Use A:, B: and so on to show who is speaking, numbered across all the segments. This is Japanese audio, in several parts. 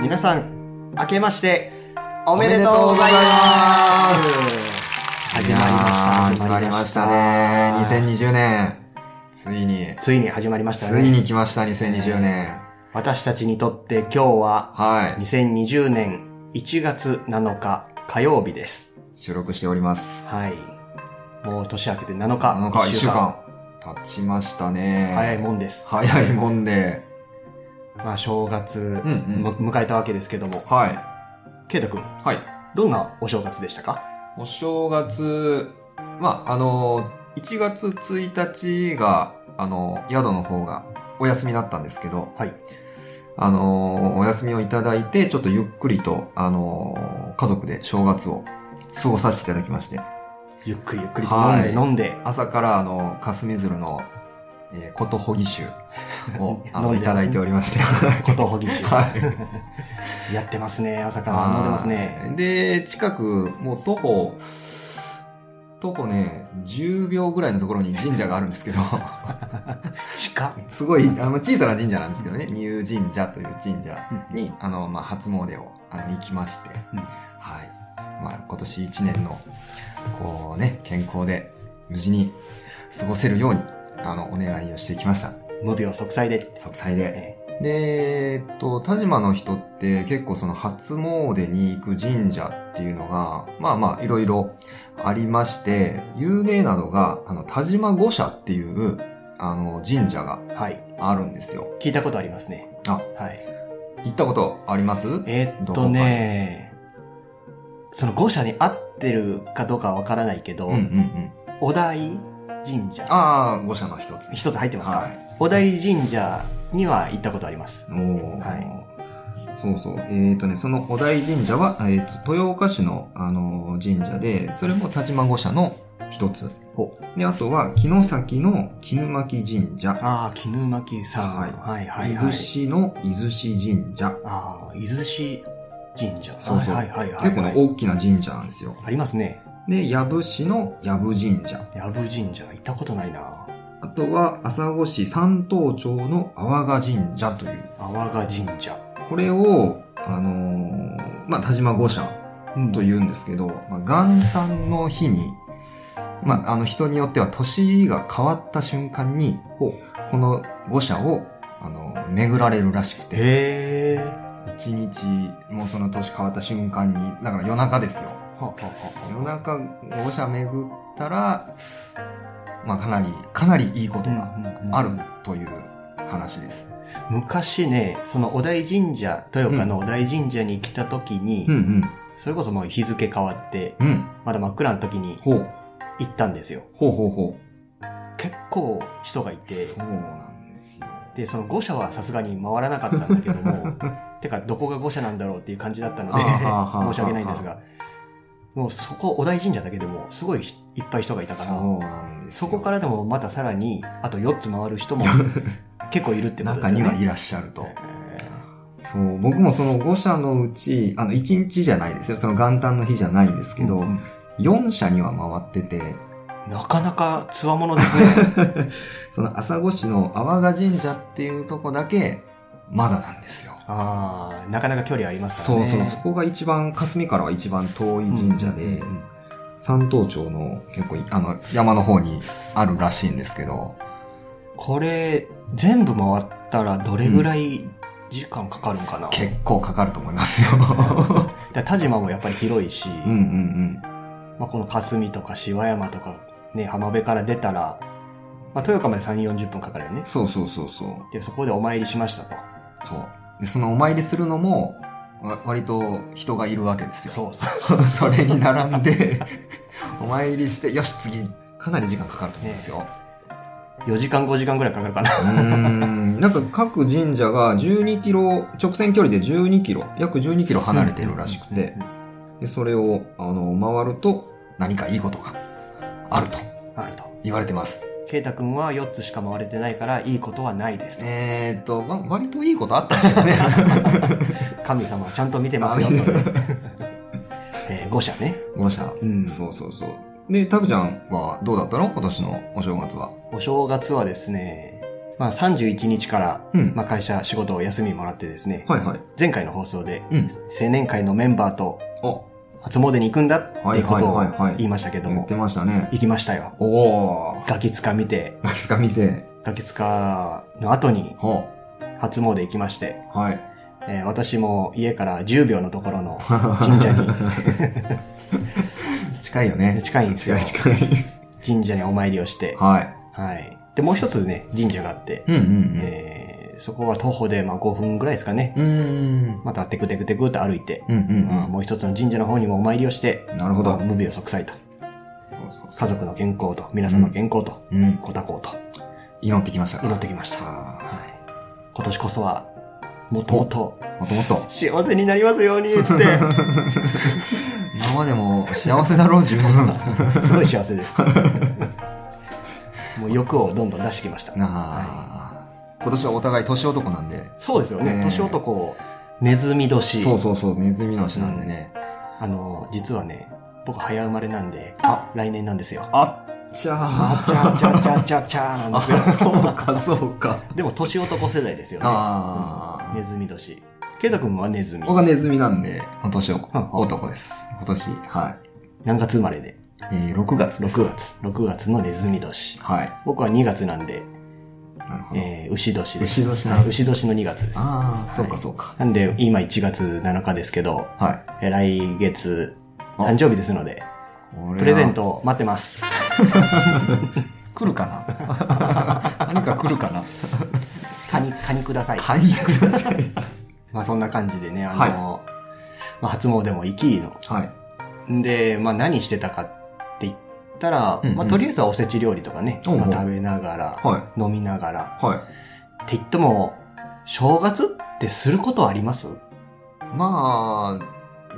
A: 皆さん、明けまして、おめでとうございます始まりました。
B: 始まりましたね。2020年。ついに。
A: ついに始まりました
B: つ
A: ね。
B: いに来ました、2020年。
A: 私たちにとって今日は、
B: はい。
A: 2020年1月7日火曜日です。
B: 収録しております。
A: はい。もう年明けて7日。
B: なんか1週間経ちましたね。
A: 早いもんです。
B: 早いもんで。
A: まあ、正月、
B: うんうん
A: む迎えたわけですけども。
B: は
A: ケイタくん、
B: い。はい。
A: どんなお正月でしたか
B: お正月、まあ、あの、1月1日が、あの、宿の方がお休みだったんですけど、
A: はい。
B: あの、お休みをいただいて、ちょっとゆっくりと、あの、家族で正月を過ごさせていただきまして、
A: ゆっくりゆっくりと飲んで
B: は
A: 飲んで、、
B: 朝から、あの、霞鶴の、えー、ことほぎ酒をあ
A: 飲んでます
B: の、
A: ね
B: いただいておりまして、
A: ことほぎ酒。
B: は
A: やってますね。朝から飲んでますね。
B: い。で、近く、もう徒歩、徒歩ね、10秒ぐらいのところに神社があるんですけど、
A: 近っ
B: すごい、あの、小さな神社なんですけどね、入神社という神社に、あの、まあ、初詣を、あの、行きまして、
A: うん
B: はい。まあ、今年1年の、こうね、健康で、無事に過ごせるように、あの、お願いをしてきました。
A: 無病息災で。
B: 息災で。
A: え
B: で、えっと、田島の人って結構その初詣に行く神社っていうのが、まあまあいろいろありまして、有名なのが、あの、田島御社っていう、あの、神社が
A: えはい。
B: あるんですよ。
A: 聞いたことありますね。
B: あ、
A: はい。
B: 行ったことあります
A: えーっとね、その五社に合ってるかどうかはわからないけど、
B: うんうんうん。
A: お題神社。
B: ああ、御社の一つ。
A: 一つ入ってますか、
B: はい。
A: お題神社には行ったことあります。
B: おー
A: は
B: そうそう。えっ、とね、そのお題神社は、えー、と豊岡市の、あのー神社で、それも田島御社の一つ。
A: お
B: で、あとは、城崎の絹巻神社。
A: ああ、絹巻さん。
B: はい
A: はいはい
B: 伊
A: は
B: 豆
A: い。
B: 市の伊豆市神社。
A: ああ、伊豆市神社。
B: そうそう
A: はいはいはい、
B: 結構
A: は
B: ね、
A: い。
B: 大きな神社なんですよ。
A: ありますね。
B: で、矢部市の矢部神社。
A: 矢部神社。行ったことないな。
B: あとは、朝来市三島町の阿波賀神社という。
A: 阿波賀神社。
B: これを、あのーまあ、田島御社と言うんですけど、まあ、元旦の日に、まあ、あの人によっては年が変わった瞬間に、この御社を、あの、巡られるらしくて、
A: へえ。は
B: 一日、もうその年変わった瞬間に、だから夜中ですよ。
A: あはあは
B: 夜中、御社巡ったら、まあ、かなり、かなりいいことが
A: あ
B: あるという話です。
A: 昔ね、そのお題神社、豊岡のお題神社に来た時に、
B: ん
A: それこそもう日付変わって、
B: うん。うん。
A: まだ真っ暗の時に
B: ほう。
A: 行ったんですよ。
B: ほうほうほう。
A: 結構人がいて、
B: そうなんですよ。
A: で、その5社はさすがに回らなかったんだけど も、てかどこが5社なんだろうっていう感じだったので、
B: あーはーはーはー
A: 申し訳ないんですが、もうそこ、お題神社だけでもすごいいっぱい人がいたから、
B: そうなんです
A: そ
B: よ
A: こからでもまたさらに、あと4つ回る人も結構いるってことです
B: 中
A: よね。
B: にはいらっしゃると。
A: えー
B: そう、僕もその5社のうち、あの、1日じゃないですよ。その元旦の日じゃないんですけど、
A: うん
B: 4社には回ってて、
A: なかなかつわものですね。
B: その朝来市の阿波賀神社っていうとこだけ、まだなんですよ。
A: ああ、なかなか距離ありますから
B: そう
A: ね。
B: そう、そこが一番、霞からは一番遠い神社
A: うんうん
B: で
A: う、ん
B: 山東町の結構い、あの、山の方にあるらしいんですけど、
A: これ、全部回ったらどれぐらい時間かかるんかな、だか
B: 結構かかると思 いますよ。
A: ら田島もやっぱり広いし、
B: うんうん
A: まあ、この霞とか芝山とか、ね、浜辺から出たら、まあ、豊岡まで3、40分かかるよね
B: うん。。そうそうそうそう。
A: で、そこでお参りしましたと。
B: そう。で、そのお参りするのも、わ割と人がいるわけです
A: そ
B: よ。
A: うそう。
B: そう。 それに並んで、 お参りして、よし、次、かなり時間かかると思うんですよ。
A: 4時間、5時間ぐらいかかるかな。
B: うーん。なんか各神社が12キロ、直線距離で12キロ、約12キロ離れてるらしくて
A: うん、
B: でそれを、あの、回ると、何かいいことがあると
A: あると。
B: 言われてます。
A: ケイタ君は4つしか回れてないから、いいことはないですね。
B: えーっと、わ割といい ことあったんですよね。
A: 神様はちゃんと見てますよ、
B: あ
A: と
B: 見て。
A: えー、5社ね。
B: 5社。
A: うん
B: そうそうそう。で、タクちゃんはどうだったの今年のお正月は。
A: お正月はですね、まあ、31日から、
B: うん
A: まあ、会社、仕事を休みもらってですね、
B: はいはい。
A: 前回の放送で、
B: うん。
A: 青年会のメンバーと
B: お
A: 初詣に行くんだっていうことを
B: はいはいはいはい
A: 言いましたけど
B: 言っ
A: も
B: て、ましたね。
A: 行きましたよ。
B: おー。
A: ガキつか見て、
B: ガキつか見て。
A: ガキつかの後に
B: ほ
A: 初詣行きまして、
B: う。はい。
A: えー私も家から10秒のところの神社に
B: 近いよね。
A: 近いんですよ
B: 近い近い。
A: 神社にお参りをして、
B: はい。
A: はい。で、もう一つね、神社があって、
B: うんうんうん。
A: えーそこは徒歩でまあ5分ぐらいですかね。
B: うーん。
A: またテクテクテクと歩いて、
B: うんうん
A: まあもう一つの神社の方にもお参りをして、
B: うん。なるほ
A: ま
B: ど
A: あ。無病息災と、
B: そうそうそ
A: 家族の健康と、皆さんの健康と、
B: う。うん。
A: ご多幸と
B: 祈ってきましたか
A: 祈ってきました。
B: は
A: はい。今年こそは、もっともっと
B: いもっともっと。
A: 幸せになりますよう にって、
B: 今までも幸せだろう、 自分。
A: すごい幸せです。もう欲をどんどん出してきました。はい
B: なあ。今年はお互い年男なんで。
A: そうですよね。
B: ねえ
A: 年男、ネズミ年。
B: そうそうそう、ネズミの足なんでね。
A: あの、実はね、僕早生まれなんで、
B: あ
A: 来年なんですよ。
B: あっち
A: あ
B: ゃ
A: ちゃちゃちゃちゃちゃなんですよ。
B: そうか、そうか。
A: でも、年男世代ですよね。
B: あ
A: うん
B: あ
A: ネ。ズミ年。ケイタ君はネズミ。
B: 僕はネズミなんで、今年
A: うん
B: 男です。今年、はい。
A: 何月生まれで
B: えー、6月です。
A: ?6 月。6月のネズミ年。
B: はい。
A: 僕は2月なんで、
B: なるほど。
A: えー、牛年です。
B: 牛年なんだ
A: はい牛年の2月です。
B: ああ、そう
A: は
B: か
A: い
B: そうか。
A: なんで、今1月7日ですけど、
B: はい。
A: えー来月、
B: あ
A: 誕生日ですので、プレゼン。トを待ってます。
B: 来るかな 何か来るかな
A: カニ、カニください。
B: カニください。
A: まあそんな感じでね、あの、まあ初詣も行きの。
B: はい。
A: で、まあ何してたかって言ったら、
B: うんうん
A: まあとりあえずはおせち料理とかね、
B: おうおう
A: まあ食べながら、
B: は
A: 飲みながら。
B: い。はい。
A: って言っても、正月ってすることあります
B: ま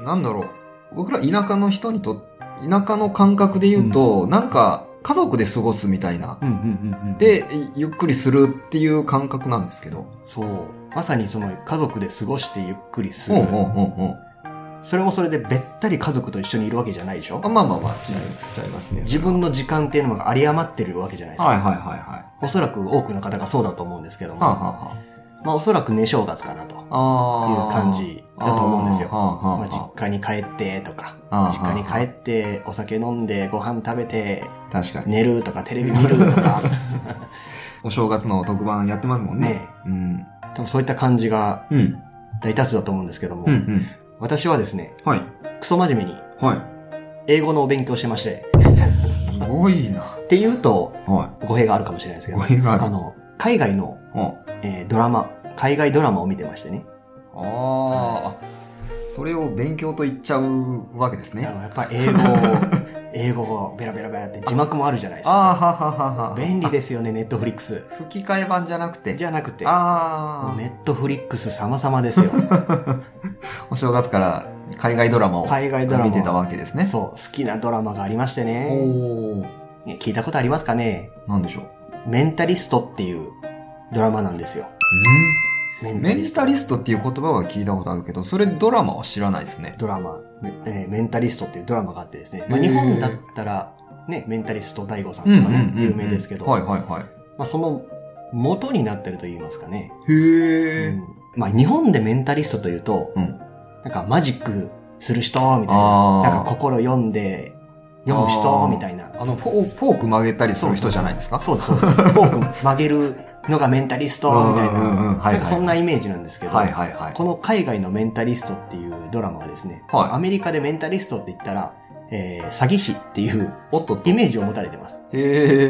B: あ、なんだろう。僕ら田舎の人にと、田舎の感覚で言うと、なんか、家族で過ごすみたいな。
A: うんうんうんうん。で、
B: で、ゆっくりするっていう感覚なんですけど。
A: そう。まさにその家族で過ごしてゆっくりす
B: うん
A: る。
B: うんうんうん。
A: それもそれでべったり家族と一緒にいるわけじゃないでし
B: あ
A: ょ
B: まあまあまあ、違いちゃいますね。
A: 自分の時間っていうのが有り余ってるわけじゃないですか。
B: はいはいはいはい。
A: おそらく多くの方がそうだと思うんですけども、
B: はあ、は
A: まあおそらく寝正月かなと。
B: あはあ、
A: いう感じだと思うんですよ
B: はあはあ
A: まあ、
B: は
A: 実家に帰ってとか、
B: あはあ
A: 実家に帰ってお酒飲んでご飯食べて
B: あ確かに。
A: 寝るとかテレビ見るとか、
B: お正月の特番やってますもんね。
A: ね
B: うん。
A: 多分そういった感じが
B: うん。
A: 大多数だと思うんですけども、
B: うんうん。
A: 私はですね、
B: はい。
A: クソ真面目に
B: は
A: 英語のお勉強してまして、
B: い。すごいな。
A: っていうと
B: は
A: 語弊があるかもしれないですけ
B: い。
A: ど
B: 語、弊がある。
A: あの、海外の、えードラマ、海外ドラマを見てましてね、
B: ああー、それを勉強と言っちゃうわけです
A: あ
B: ね。
A: のやっぱ英語を、英語をベラベラベラって字幕もあるじゃないです
B: あ
A: か。
B: あはははは。
A: 便利ですよね、ネットフリックス。
B: あ吹き替え版じゃなくて。
A: じゃなくて、
B: ああ、
A: ネットフリックス様々です よ。
B: お正月から海外ドラマを
A: 海外ドラマ
B: 見てたわけですね。
A: そう、好きなドラマがありまして
B: お
A: ね。
B: おー、
A: ね聞いたことありますかね
B: なんでしょう。
A: メンタリストっていうドラマなんですよ。メ
B: うん
A: ンタ
B: メ
A: リ
B: ン
A: スト。
B: タリストっていう言葉は聞いたことあるけど、それドラマは知らないですね。
A: ドラマ、えーメンタリストっていうドラマがあってですね。まあ、
B: へー
A: 日本だったら、ね、メンタリスト大悟さんとかね、有名ですけど、
B: はい
A: ま
B: はいはい。
A: あ、その元になってると言いますかね。
B: へ
A: う
B: え。
A: んまあ、日本でメンタリストというと、
B: うん
A: なんかマジックする人みたいな、
B: あー
A: なんか心読んで、読む人みたいな。
B: あの、フォーフォーク曲げたりする人じゃないですか
A: そうです、そうです。フォーク曲げるのがメンタリストみたい
B: うんうんうんうん
A: な。
B: はいはい
A: なんかそんなイメージなんですけど、
B: はいはいはい。
A: この海外のメンタリストっていうドラマはですね、
B: はい
A: アメリカでメンタリストって言ったら、えー詐欺師っていう
B: おっとっと
A: イ。メージを持たれてます。
B: へ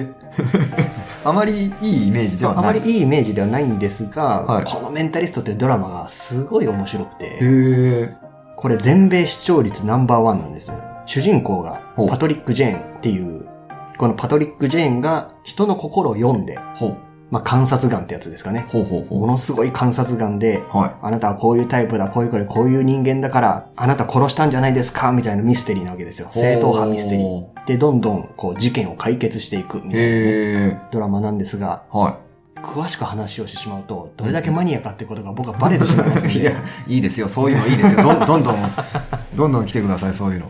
B: え。 あまりいいイメージでは
A: あ
B: ない。
A: まりいいイメージではないんですが、
B: はい
A: このメンタリストっていうドラマがすごい面白くて、
B: へえ。
A: これ全米視聴率ナンバーワンなんですよ。主人公が
B: ほう
A: パトリック・ジェーンっていう、このパトリック・ジェーンが人の心を読んで、
B: ほう。
A: まあ観察眼ってやつですかね。
B: ほうほう
A: も
B: ほ
A: のすごい観察眼で、
B: う。はい。
A: あなたはこういうタイプだ、こういうこれ、こういう人間だから、あなた殺したんじゃないですかみたいなミステリーなわけですよ。正統派ミステリー。
B: ー。
A: で、どんどん、こう、事件を解決していく、みたいなね、
B: へえ。
A: ドラマなんですが、
B: は
A: 詳しく話をしてしまうと、どれだけマニアかってことが僕はバレてしまいますん
B: い。い
A: で
B: や、いいですよ。そういうのいいですよ。どん どんどん、どんどん来てください、そういうの。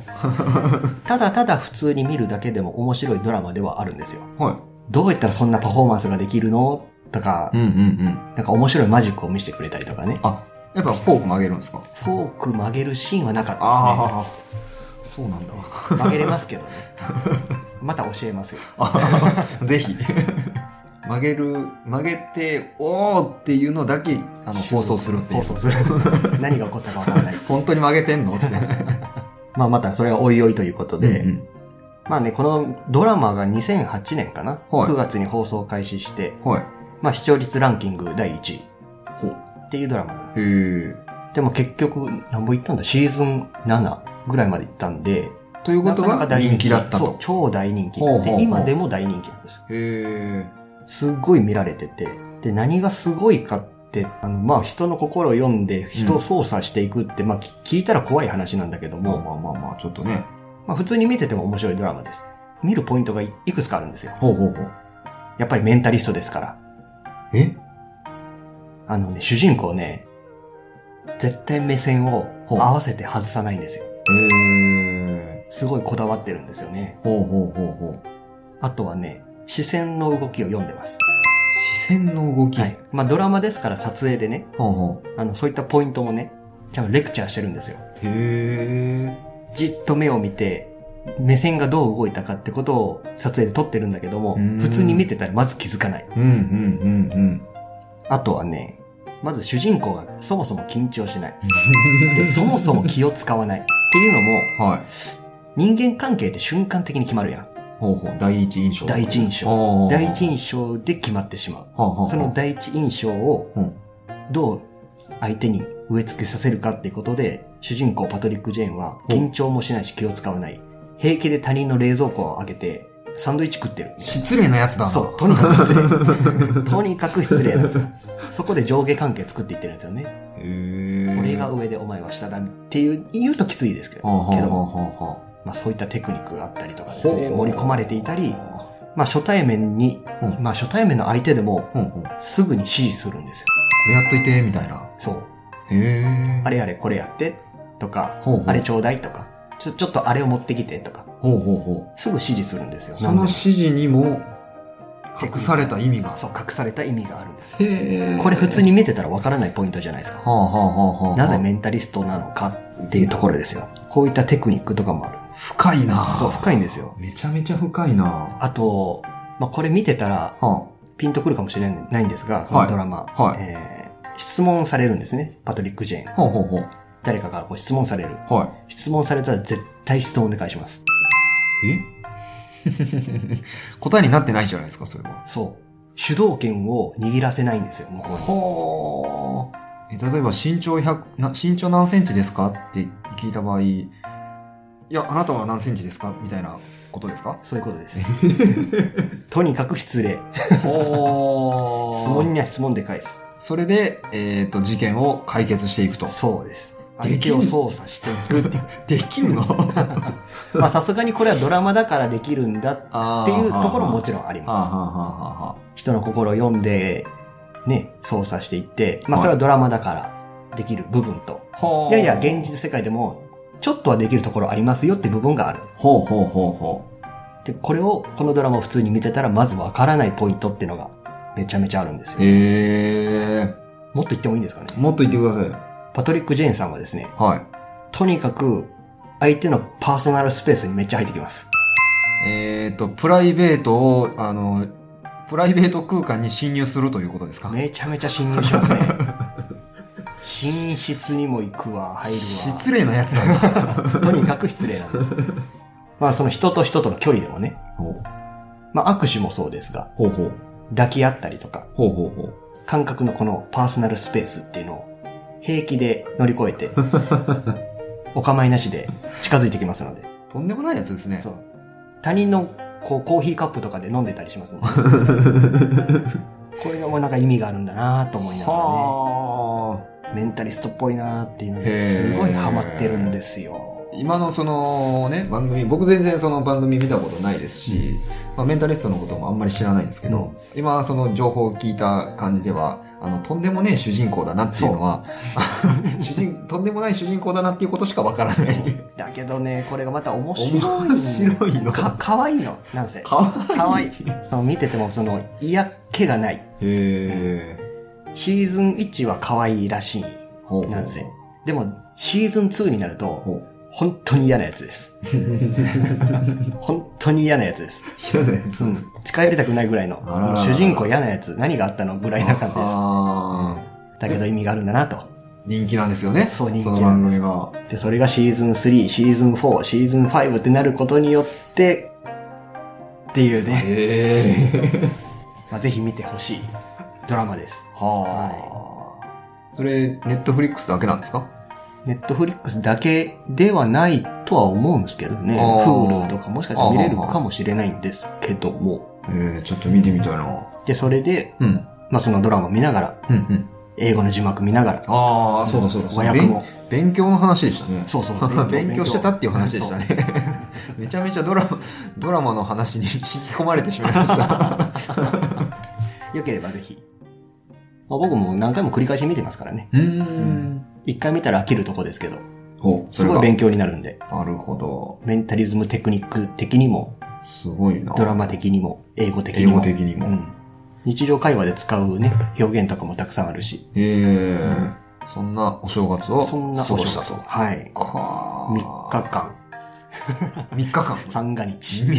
A: ただただ普通に見るだけでも面白いドラマではあるんですよ。
B: はい。
A: どうやったらそんなパフォーマンスができるのとか
B: う、んうんうん。
A: なんか面白いマジックを見せてくれたりとかね。
B: あ、やっぱフォーク曲げるんですか
A: フォーク曲げるシーンはなかった
B: ああ、そうなんだ。
A: ですね。曲げれます けどね。また教えますよ。
B: ぜひ。曲げる、曲げて、おーっていうのだけ、あの、放送するっていう。
A: 放送する。何が起こったかわからない。
B: 本当に曲げてんのって。
A: まあまたそれはおいおいということで、
B: うん
A: まあね、このドラマが2008年かな、
B: はい
A: ?9 月に放送開始して、
B: うんはい。
A: まあ視聴率ランキング第1位
B: ほう。
A: っていうドラマが。
B: へー
A: でも結局、なんぼ行ったんだシーズン7ぐらいまで行ったんで、
B: ということ
A: なかなか
B: が
A: 大
B: 人気だった
A: そ
B: と。
A: う、超大人気。
B: ほうほうほう
A: で、今でも大人気なんですよ。
B: へえ。
A: すっごい見られてて。で、何がすごいかって、あの、まあ人の心を読んで、人を操作していくって、まあき聞いたら怖い話なんだけど
B: ま
A: も、
B: あまあまあまあ、ちょっとね。
A: まあ普通に見てても面白いドラマです。見るポイントがいいくつかあるんですよ。
B: ほうほうほう。
A: やっぱりメンタリストですから。
B: え
A: あのね、主人公ね、絶対目線を
B: ほう
A: 合わせて外さないんですよ。
B: へえ。
A: すごいこだわってるんですよね。
B: ほうほうほうほう。
A: あとはね、視線の動きを読んでます。
B: 視線の動き。
A: はい。まあドラマですから撮影でね、
B: ほうほ
A: あの、そういったポイントもね、ちゃんとレクチャーしてるんですよ。
B: う。へえ。
A: じっと目を見て、目線がどう動いたかってことを撮影で撮ってるんだけども
B: うーん、
A: 普通に見てたらまず気づかない。
B: うんうんうん うん。
A: あとはね、まず主人公がそもそも緊張しない。 で、そもそも気を使わない。っていうのも、
B: はい。
A: 人間関係って瞬間的に決まるやん。
B: ほうほう、第一印象。
A: 第一印象。
B: 象
A: 第一印象で決まってしまう。
B: 象
A: その、第一印象を
B: うん
A: どう相手に植え付けさせるかっていうことで、主人公パトリック・ジェーンは緊張もしないし気を使わない。平気で他人の冷蔵庫を開けて、サンドイッチ食ってる。
B: 失礼なやつだな。
A: そう、とにかく失 礼。とにかく失礼なんですよ。そこで上下関係作っていってるんですよね。
B: へー
A: 俺が上でお前は下だっていう、言うときついですけど、
B: はあは
A: け
B: あ
A: ども、
B: はあは
A: まあそういったテクニックがあったりとか
B: あ
A: ですね、盛り込まれていたり、まあ初対面に、
B: うん
A: まあ初対面の相手でも
B: ほうほうこ
A: すぐに指示するんですよ。
B: れやっといて、みたいな。
A: そう。
B: へえ。
A: あれあれこれやってとか、
B: ほうほう
A: あれちょうだいとか、ちょ、ちょっとあれを持ってきてとか、
B: ほうほうほ
A: すぐ指示するんですよ。
B: う。その
A: なん
B: 指
A: で
B: 示にも、隠された意味が。
A: そう、隠された意味があるんですよ。
B: へえ
A: これ普通。に見てたらわからないポイントじゃないですか。
B: はあはあはあはあ。
A: なぜメンタリストなのかっていうところですよ。こういったテクニックとかもある。
B: 深いな
A: そう、
B: い。
A: 深いんですよ。
B: めちゃめちゃ深いなは
A: あと、まあ、これ見てたら
B: あ。
A: ピンとくるかもしれないんですが、このドラマ、
B: はい
A: えー質問されるんですね。パトリック・ジェーン。
B: ほうほうほう。
A: 誰かからこう質問される。
B: はい。
A: 質問されたら絶対質問で返します。
B: え答えになってないじゃないですか、それは。
A: そう。主導権を握らせないんですよ、向こうに。
B: ほーえ例えば身長100な、身長何センチですかって聞いた場合、いや、あなたは何センチですかみたいなことですか
A: そういうことです。 とにかく失礼。
B: ほ
A: 質問には質問で返す。
B: それで、えっ、と、事件を解決していくと。
A: そうです。
B: で
A: 相
B: き
A: 手
B: る
A: を操作していくってい
B: できるの
A: う。まあさすがにこれはドラマだからできるんだっ
B: あー
A: ていうところももちろんあり
B: はあは
A: ます。
B: あはあはあ
A: 人の心を読んで、ね、操作していって、まあ
B: は
A: そ
B: い
A: れはドラマだからできる部分と、
B: ほ
A: いやいや、現実世界でも、ちょっとはできるところありますよって部分がある。
B: ほうほうほうほ
A: で、これを、このドラマを普通に見てたら、まずわからないポイントっていうのが、めちゃめちゃあるんです
B: う。
A: よ。
B: へえ。
A: もっと言ってもいいんですかね。
B: もっと言ってください。
A: パトリック・ジェーンさんはですね、
B: はい。
A: とにかく、相手のパーソナルスペースにめっちゃ入ってきます。
B: えっ、と、プライベートを、あの、プライベート空間に侵入するということですか
A: めちゃめちゃ侵入しますね。寝室にも行くわ、入るわ。
B: 失礼なやつだな。
A: とにかく失礼なんです。まあ、その人と人との距離でもね、
B: ほう
A: まあ、握手もそうですが、
B: ほうほう。
A: 抱き合ったりとか、
B: ほうほうほう。
A: 感覚のこのパーソナルスペースっていうのを平気で乗り越えて、お構いなしで近づいてきますので。
B: とんでもないやつですね。
A: そう。他人のこうコーヒーカップとかで飲んでたりしますもん こういうのもなんか意味があるんだなと思いなが
B: は
A: らね、メンタリストっぽいなっていうの
B: へー
A: ですごいハマってるんですよ。
B: あ。今のそのね、番組、僕全然その番組見たことないですし、まあ、メンタリストのこともあんまり知らないんですけど、今その情報を聞いた感じでは、あの、とんでもねえ主人公だなっていうのは、 主人、とんでもない主人公だなっていうことしかわからない。
A: だけどね、これがまた面白いの。
B: 面白いの。
A: か、かわいいの。なんせ。
B: かわいい。
A: かわいい。その見てても、その、嫌気がない。
B: へえ。
A: シーズン1は可愛いらし
B: ほ
A: い。なんせ。でも、シーズン2になると、
B: ほう。
A: 本当に嫌なやつ です。本当に嫌なやつです。
B: 嫌なやつ。
A: うん。近寄りたくないぐらいの。
B: あららら
A: 主人公嫌なやつ。何があったのぐらいな感じです。
B: あー
A: だけど意味があるんだなと。
B: 人気なんですよね。
A: そう人気
B: その
A: なん
B: 番
A: です
B: 組が。
A: で、それがシーズン3、シーズン4、シーズン5ってなることによって、っていう ね、
B: へえ。
A: まあ、ぜひ見てほしいドラマです。
B: はあ。それ、ネットフリックスだけなんですか
A: ネットフリックスだけではないとは思うんですけどね
B: あ。ー
A: Hulu とかもしかしたら見れるかもしれないんですけども。
B: ええ、ちょっと見てみたいな。
A: で、それで、
B: うん。
A: まあ、そのドラマ見ながら、
B: うんうん。
A: 英語の字幕見ながら、
B: ああ、そうだそうだ。
A: 和訳も。
B: 勉強の話でしたね。
A: そうそう。
B: 勉強してたっていう話でしたね。 めちゃめちゃドラマ、ドラマの話に引き込まれてしまい ました。
A: そう。よければぜひ。まあ、僕も何回も繰り返し見てますからね。
B: うーん。
A: 一回見たら飽きるとこですけど、
B: お、
A: すごい勉強になるんで、
B: 強。なるほど。
A: メンタリズムテクニック的にも、
B: すごいな。
A: ドラマ的にも、英語的
B: 英
A: にも。
B: 語的にも。
A: うん日常会話で使うね、表現とかもたくさんあるし、
B: へえ。そんなお正月を
A: そんな
B: 過ごしたと。
A: はい。
B: か
A: 3日間、
B: 3日間。
A: 三が日。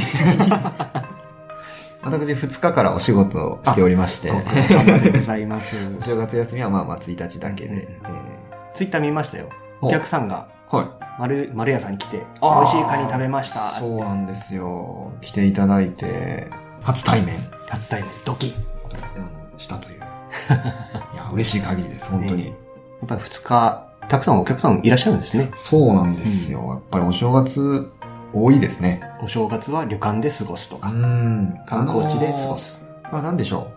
B: 私2日からお仕事をしておりまして
A: ご、苦労様でございます。
B: お正月休みはまあまあ1日だけで。
A: うん
B: えー
A: ツイッター見ましたよ。お客さんが、
B: はい。
A: 丸、丸屋さんに来て、美
B: あー
A: 味しいカニ食べました。
B: そうなんですよ。来ていただいて、初対面
A: 初対面、ドキッ。
B: した という。いや、嬉しい限りです、本当に。
A: ねやっぱり2日、たくさんお客さんいらっしゃるんですね。
B: そうなんですよ。やっぱりお正月多いですね。
A: お正月は旅館で過ごすとか、
B: ん
A: 観光地で過ご。す。
B: まあ、なんでしょ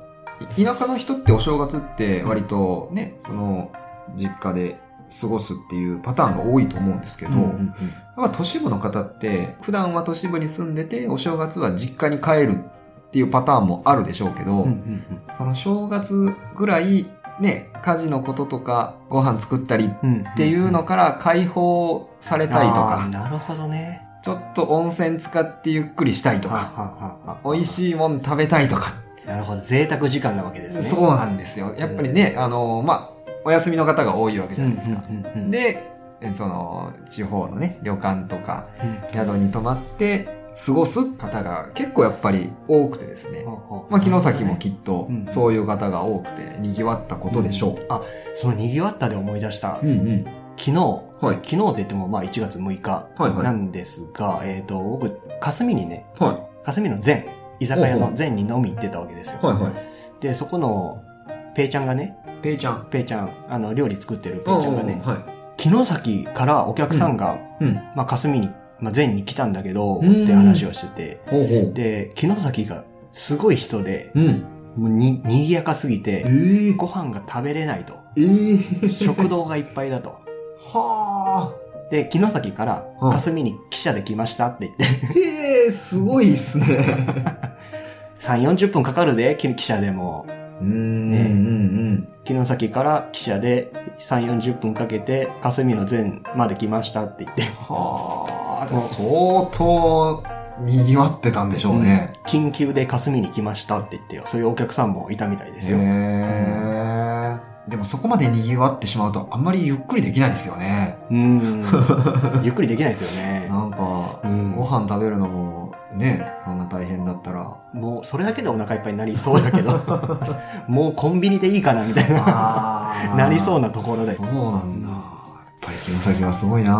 B: う。い田舎の人ってお正月って割とね、その、実家で過ごすっていうパターンが多いと思うんですけど、
A: うんうんうん
B: まあ、都市部の方って、普段は都市部に住んでて、お正月は実家に帰るっていうパターンもあるでしょうけど、
A: うんうんうん
B: その正月ぐらい、ね、家事のこととか、ご飯作ったりっ
A: うん
B: ていうのから解放されたいと
A: あー
B: か、
A: なるほどね。
B: ちょっと温泉使ってゆっくりしたいとか、
A: か
B: 美味
A: い。
B: しいもん食べたいとか、
A: なるほど。贅沢時間なわけですね。
B: そうなんですよ。やっぱりね、あの、まあ、お休みの方が多いわけじゃないですか。
A: うんうんうんうん
B: で、えその、地方のね、旅館とか、
A: うん
B: 宿に泊まって過ごす方が結構やっぱり多くてですね。まあ、城崎もきっと
A: うん
B: そういう方が多くて賑わったことでしょう。
A: あ、その賑わったで思い出した。
B: んうん。
A: 昨日、
B: はい。
A: 昨日って言ってもまあ1月6日
B: はいはい
A: なんですが、えっ、と、僕、霞にね、
B: は
A: 霞の前、居酒屋
B: ほう
A: の
B: ほう
A: 前に飲み行ってたわけですよ。
B: い。はいはい。
A: で、そこの、ペイちゃんがね、
B: ペイちゃん。
A: ペイちゃん、あの、料理作ってるペイちゃんがね、
B: は
A: 城崎からお客さんが、
B: い。うん。
A: まあ霞に、まあ前に来たんだけど、っ
B: うん
A: て話をしてて、
B: ほうほう。
A: で、城崎がすごい人で、
B: うん。
A: もうに、賑やかすぎて、
B: ええ
A: ご飯が食べれないと。
B: ええ
A: 食堂がいっぱいだと。
B: はあ。
A: で、城崎から
B: うん
A: 霞に汽車で来ましたって言って、
B: ええすごいっ すね。
A: 3、40分かかるで、き汽車でも。
B: うんうんうん。
A: 城崎から汽車で3、40分かけて、霞の前まで来ましたって言って。
B: はあ、じゃあ
A: そ
B: 相当賑わってたんでしょうね。
A: 緊急で霞に来ましたって言ってよ。そういうお客さんもいたみたいですよ。
B: へえ。でもそこまで賑わってしまうとあんまりゆっくりできないですよね。
A: うーん。ゆっくりできないですよね。
B: なんか
A: う、ん
B: ご飯食べるのもね、そんな大変だったら。
A: もう、それだけでお腹いっぱいになりそうだけ ど、もうコンビニでいいかなみたいな、
B: あ
A: なりそう
B: な。
A: なところで
B: そう。なんだ。やっぱり城崎はすごいな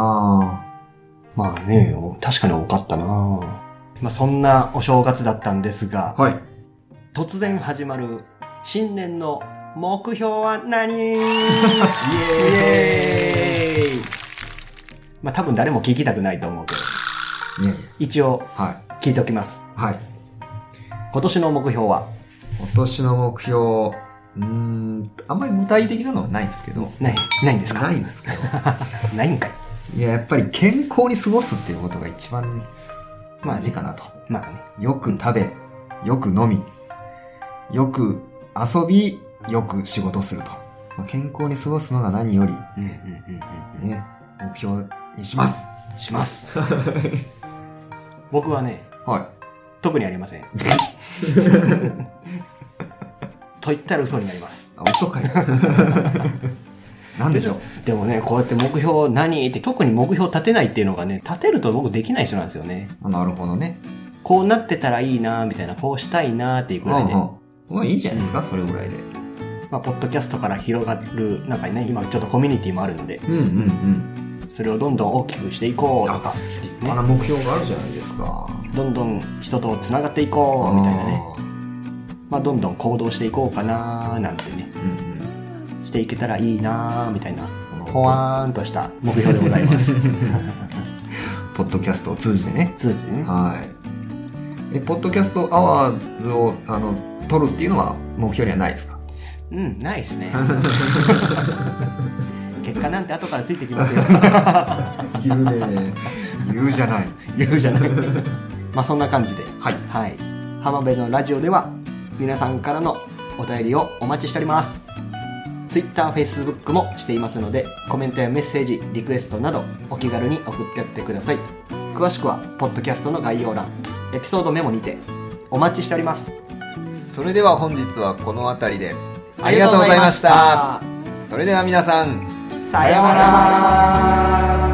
A: まあね、確かに多かったなまあそんなお正月だったんですが、
B: はい。
A: 突然始まる新年の目標は 何イエーイまあ多分誰も聞きたくないと思うけど、
B: いやいや。
A: 一応
B: はい。
A: 聞いておきます。
B: はい。
A: 今年の目標は
B: 今年の目標、うーん、あんまり具体的なのはないんですけど。
A: ない、ないんですか
B: ないんですけど。
A: ないんかい。
B: いや、やっぱり健康に過ごすっていうことが一番、まあ、いいかなと。
A: まあね。
B: よく食べ、よく飲み、よく遊び、よく仕事をすると。まあ健康に過ごすのが何より、
A: うんうんうんうん
B: ね、目標にします。
A: うん。します。僕はね、
B: は
A: 特にありません。と言ったら嘘になります。
B: い。あ、嘘 かい。なんでしょう。
A: でもね、こうやって目標何って特に目標立てないっていうのがね、立てると僕できない人なんですよね。
B: あなるほどね。
A: こうなってたらいいなみたいな、こうしたいなっていうぐらいで、
B: うんうんまあいいじゃないですか、それぐらいで。
A: まあ、ポッドキャストから広がる、なんかね、今ちょっとコミュニティもあるので、
B: うんうんうん。
A: それをどんどん大きくしていこうとか、
B: 立派な目標があるじゃないですか。
A: どんどん人とつながっていこうみたいなね、まあ、どんどん行動していこうかななんてね
B: あ、ー。うん
A: していけたらいいなみたいな、
B: うん。
A: ほわーんとした目標でございます。
B: ポッドキャストを通じてね。
A: 通じてね。
B: はい。え、ポッドキャストアワーズを、あの、撮るっていうのは目標にはないですか
A: うん、ないですね。結果なんて後からついてきますよ。
B: 言うね。言うじゃない。
A: 言うじゃない。まあそんな感じで、
B: はい。
A: はい。浜辺のラジオでは、皆さんからのお便りをお待ちしております。Twitter、Facebook もしていますので、コメントやメッセージ、リクエストなど、お気軽に送ってやってください。詳しくは、ポッドキャストの概要欄、エピソードメモにて、お待ちしております。
C: それでは本日はこの辺りでありがとうございました。それでは皆さん
A: さようなら。